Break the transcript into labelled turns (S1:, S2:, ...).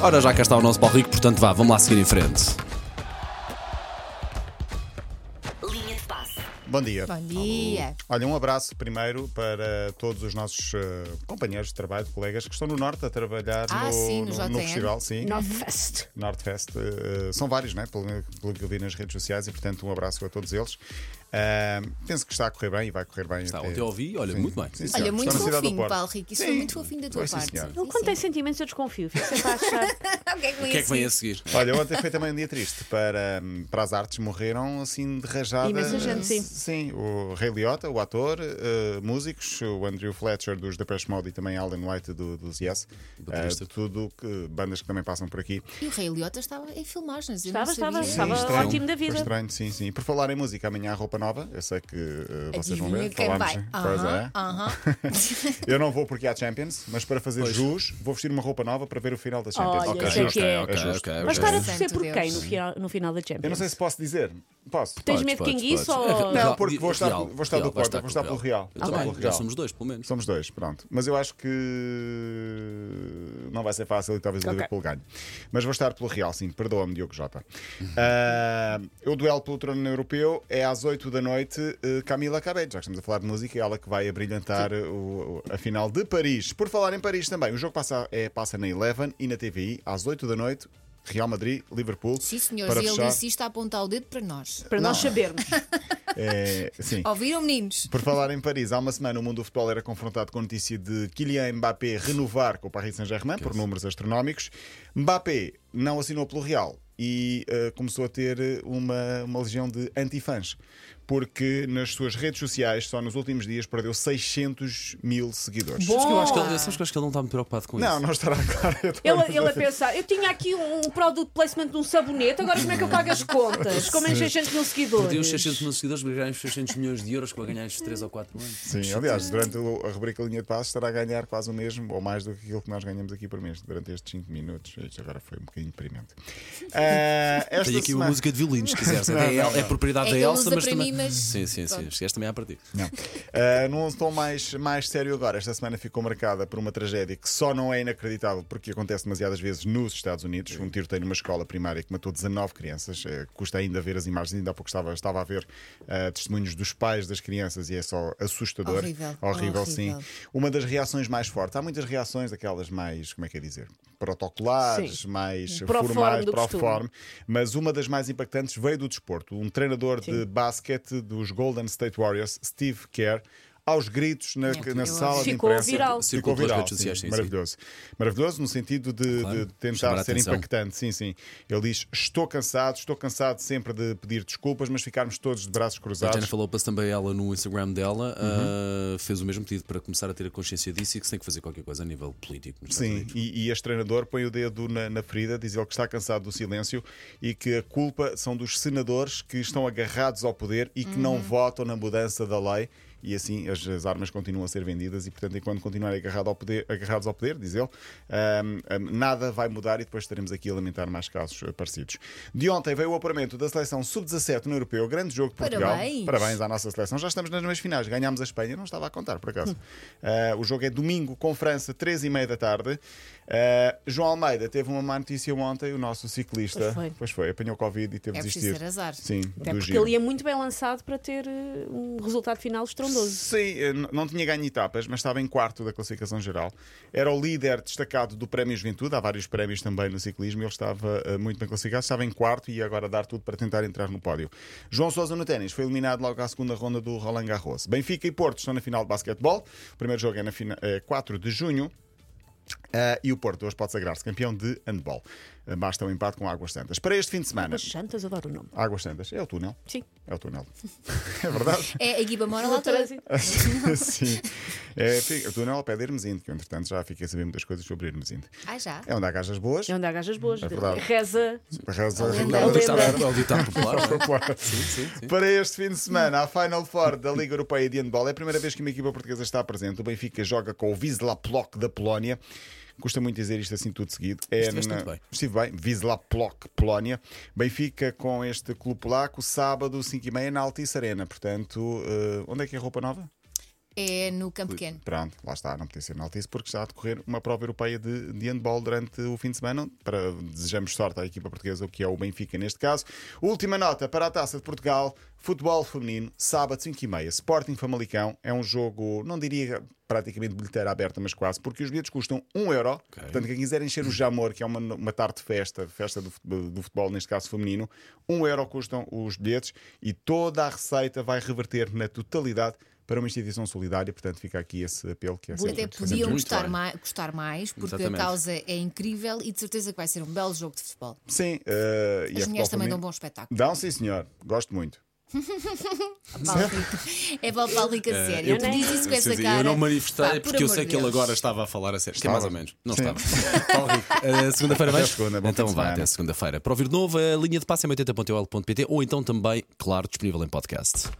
S1: Ora, já cá está o nosso Paulo Rico, portanto vá, vamos lá seguir em frente.
S2: Linha de passe.
S3: Bom dia.
S4: Bom dia.
S3: Olha, um abraço primeiro para todos os nossos eh, companheiros de trabalho, colegas que estão no Norte a trabalhar
S4: Ah,
S3: no,
S4: sim, no
S3: no,
S4: JN.
S3: no festival. Sim,
S5: Uhum. Northfest.
S3: Northfest. eh, eh, são vários, né? Pelo, pelo que eu vi nas redes sociais e, portanto, um abraço a todos eles. Ah, penso que está a correr bem e vai correr bem.
S1: Está,
S3: até-
S1: ontem ouvi, olha, muito bem.
S3: Sim, senhora,
S4: Olha, muito
S3: está na cidade do
S4: fofinho,
S3: Porto.
S4: Paulo Rico. Isso foi
S3: Sim.
S4: muito fofinho da tua
S3: Foi, sim,
S4: parte.
S3: senhora.
S5: Ele, quando tem sentimentos, eu desconfio. Fico sempre a achar.
S4: O que é que
S1: O que é que vem a seguir?
S3: Olha, ontem foi também um dia triste para, hum, para as artes, morreram assim de rajada.
S5: Imensa gente, sim.
S3: Sim, o Ray Liotta, o ator, eh, músicos, o Andrew Fletcher dos Depeche Mode e também Alan White do, dos Yes.
S1: Baterista.
S3: Eh, tudo que, bandas que também passam por aqui.
S4: E o Rei Liotta estava em filmagens. eu
S5: Estava,
S4: não sabia.
S5: estava, estava
S3: estranho.
S5: ótimo da vida.
S3: Foi estranho, sim, sim. Por falar em música, amanhã há roupa nova. Eu sei que eh, vocês vão ver.
S4: Adivinha quem vai.
S3: Pois
S4: Aham,
S3: é.
S4: aham.
S3: Eu não vou porque há Champions, mas para fazer jus, vou vestir uma roupa nova para ver o final da Champions.
S5: Olha, Ok, isso é que é.
S3: É justo.
S5: Mas estar a
S4: Santo
S5: torcer por
S4: Deus.
S5: quem no final, no final da Champions?
S3: Eu não sei se posso dizer. Posso.
S5: Tens
S1: Podes,
S5: medo de
S1: podes,
S5: quinguiça
S1: podes.
S5: ou.
S3: Não, porque vou estar-
S1: Real,
S3: vou estar
S1: Real,
S3: do
S1: vai
S3: Porto, vou
S1: com
S3: estar
S1: o
S3: pelo Real.
S1: Eu
S3: Ah,
S1: também,
S3: ok.
S1: já somos dois, pelo menos.
S3: Somos dois, pronto. Mas eu acho que não vai ser fácil e talvez o
S5: Ok.
S3: Liverpool ganhe. Mas vou estar pelo Real, sim. Perdoa-me, Diogo Jota. Ah, o duelo pelo trono europeu é às 8 da noite. eh, Camila Cabello, já que estamos a falar de música, é ela que vai abrilhantar o- o- a final de Paris. Por falar em Paris também, o jogo passa, é, passa na Eleven e na TVI às 8 da noite. Real Madrid, Liverpool.
S4: Sim, senhores,
S3: Para
S4: e ele
S3: fechar,
S4: disse isto a apontar o dedo para nós.
S5: Para nós sabermos.
S3: é, sim.
S4: Ouviram, meninos?
S3: Por falar em Paris, há uma semana o mundo do futebol era confrontado com a notícia de Kylian Mbappé renovar com o Paris Saint-Germain por números astronómicos. Mbappé não assinou pelo Real e eh, começou a ter uma, uma legião de antifãs, porque nas suas redes sociais, só nos últimos dias, perdeu 600 mil seguidores.
S1: Sabes que eu acho que
S5: Bom.
S1: ele- sabes que eu acho que ele não está muito preocupado com
S3: Não,
S1: isso.
S3: não estará claro. eu estou
S5: Ele, é ele a pensar, eu tinha aqui um, um produto placement de um sabonete, agora como é que eu pago as contas? Como é 600 mil
S1: Perdi
S5: seguidores?
S1: uns 600 mil seguidores, ganhar uns 600 milhões de euros para ganhar estes 3 ou 4 anos.
S3: Sim, aliás, durante o- a rubrica Linha de Passos estará a ganhar quase o mesmo ou mais do que aquilo que nós ganhamos aqui por mês durante estes 5 minutos. Isto agora foi um bocadinho deprimente. Ah, esta
S1: Tenho aqui uma
S3: semana-
S1: música de violinos, se quiseres. É, da El- é propriedade
S4: É
S1: da
S4: que ele
S1: Elsa,
S4: usa
S1: mas
S4: para
S1: também.
S4: mim, mas-
S1: Sim, sim, sim.
S4: Pronto.
S1: Esquece também a partir.
S3: Não. Ah, num tom mais, mais sério agora, esta semana ficou marcada por uma tragédia que só não é inacreditável porque acontece demasiadas vezes nos Estados Unidos. Um tiroteio numa escola primária que matou 19 crianças. Eh, custa ainda ver as imagens, ainda há pouco estava, estava a ver ah, testemunhos dos pais das crianças e é só assustador.
S4: Horrível.
S3: Horrível, sim.
S4: Horrível.
S3: Uma das reações mais fortes. Há muitas reações, aquelas mais, como é que é dizer? Protocolares,
S5: Sim.
S3: mais
S5: Proforme
S3: formais,
S5: do costume.
S3: proforme. Mas uma das mais impactantes veio do desporto. Um treinador de basquete dos Golden State Warriors, Steve Kerr, aos gritos na,
S4: É,
S3: na
S4: eu
S3: sala de
S5: Ficou
S3: imprensa.
S5: viral.
S1: Circulou pelas redes
S3: sim,
S1: sociais, sim, sim.
S3: maravilhoso. Maravilhoso no sentido de,
S1: Claro,
S3: de
S1: chamar a
S3: tentar ser
S1: atenção.
S3: impactante. Sim, sim. Ele diz: Estou cansado, estou cansado sempre de pedir desculpas, mas ficarmos todos de braços
S1: A
S3: cruzados.
S1: Jennifer Lopez também, ela no Instagram dela, ah, fez o mesmo pedido para começar a ter a consciência disso e que se tem que fazer qualquer coisa a nível político. nos Estados
S3: Sim,
S1: Unidos.
S3: e, e este treinador põe o dedo na, na ferida, diz ele que está cansado do silêncio e que a culpa são dos senadores que estão agarrados ao poder e que não votam na mudança da lei. E assim as, as armas continuam a ser vendidas, e portanto, enquanto continuarem agarrado ao poder, agarrados ao poder, diz ele, ahm, ahm, nada vai mudar e depois estaremos aqui a lamentar mais casos eh, parecidos. De ontem veio o apuramento da seleção sub-17 no europeu, grande jogo de Portugal.
S4: Parabeios.
S3: Parabéns à nossa seleção. Já estamos nas meias finais. Ganhámos a Espanha, não estava a contar, por acaso.
S5: Hum.
S3: Ah, o jogo é domingo com França, 3 e meia da tarde. Ah, João Almeida teve uma má notícia ontem, o nosso ciclista.
S5: Pois foi.
S3: apanhou Covid e teve
S4: É
S3: de
S4: preciso
S3: desistir.
S4: ter azar.
S3: Sim,
S5: Até
S3: do
S5: porque
S3: giro.
S5: ele é muito bem lançado para ter eh, um resultado final estrondoso.
S3: Sim, eh, n- não tinha ganho etapas, mas estava em quarto da classificação geral. Era o líder destacado do Prémio Juventude, há vários prémios também no ciclismo, ele estava eh, muito bem classificado, estava em quarto e ia agora dar tudo para tentar entrar no pódio. João Sousa no ténis foi eliminado logo à segunda ronda do Roland Garros. Benfica e Porto estão na final de basquetebol, o primeiro jogo é na fina, eh, 4 de junho. eh, e o Porto hoje pode sagrar-se campeão de handball. Eh, basta um empate com Águas Santas. Para este fim de semana,
S5: Mas Santas, adoro o nome.
S3: Águas Santas é o túnel.
S5: Sim.
S3: É o túnel. é verdade?
S4: É, a equipa mora lá toda.
S3: Sim. É, fica- o túnel ao pé de Hermesinde, que eu, entretanto já fiquei a saber muitas coisas sobre Hermesinde.
S4: Ah, já?
S3: É onde há gajas boas.
S5: É onde há gajas boas.
S3: É verdade.
S5: Reza.
S3: Reza-
S4: lenda.
S1: É o
S5: Ele
S1: ditado-
S5: lembra.
S1: é o ditado popular. não é?
S3: Claro.
S1: Sim, sim.
S3: Para este fim de semana, a Final Four da Liga Europeia de Handball é a primeira vez que uma equipa portuguesa está presente. O Benfica joga com o Wisla Plock da Polónia. Custa muito dizer isto assim tudo seguido. É
S1: Estiveste
S3: na-
S1: muito bem.
S3: Estive bem. Wisla Plock, Polónia. Benfica com este clube polaco, sábado, 5h30 na Altice Arena. Portanto, eh, onde é que é a roupa nova?
S4: É no campo pequeno.
S3: Pronto, lá está, não podia ser penaltice, porque está a decorrer uma prova europeia de, de handball durante o fim de semana. Para, desejamos sorte à equipa portuguesa, o que é o Benfica neste caso. Última nota para a taça de Portugal: futebol feminino, sábado 5h30, Sporting Famalicão. É um jogo, não diria praticamente bilheteira aberta, mas quase, porque os bilhetes custam 1 euro. Portanto, quem quiser encher o Jamor, que é uma, uma tarde de festa, festa do, fute- do futebol, neste caso feminino, 1 euro custam os bilhetes e toda a receita vai reverter na totalidade para uma instituição solidária. Portanto, fica aqui esse apelo que é
S4: Até
S3: sempre que fazemos.
S4: podiam
S1: muito
S4: custar
S1: bem.
S4: mais, custar mais, porque
S1: Exatamente.
S4: a causa é incrível e de certeza que vai ser um belo jogo de futebol.
S3: Sim, eh, e é futebol
S4: As mulheres também dão
S3: feminino.
S4: bom espetáculo.
S3: Dão, sim, senhor. Gosto muito.
S4: É Paulo Paulica
S3: Eh,
S4: a sério.
S1: eu-
S4: tu diz isso com essa
S1: Sim, sim,
S4: cara.
S1: eu não
S4: né? Pá,
S1: manifestei
S4: por
S1: porque eu
S4: amor
S1: sei
S4: de
S1: que ele
S4: Deus.
S1: agora estava a falar a sério. Que é mais ou
S3: Estava.
S1: menos. Não
S3: Sim.
S1: estava. Paulo Rico, eh, segunda-feira
S3: Até
S1: vais?
S3: segunda, né? bom
S1: então
S3: fim de
S1: vá,
S3: semana.
S1: até segunda-feira. Para ouvir de novo, a linha de passe é 80.ol.pt ou então também, claro, disponível em podcast.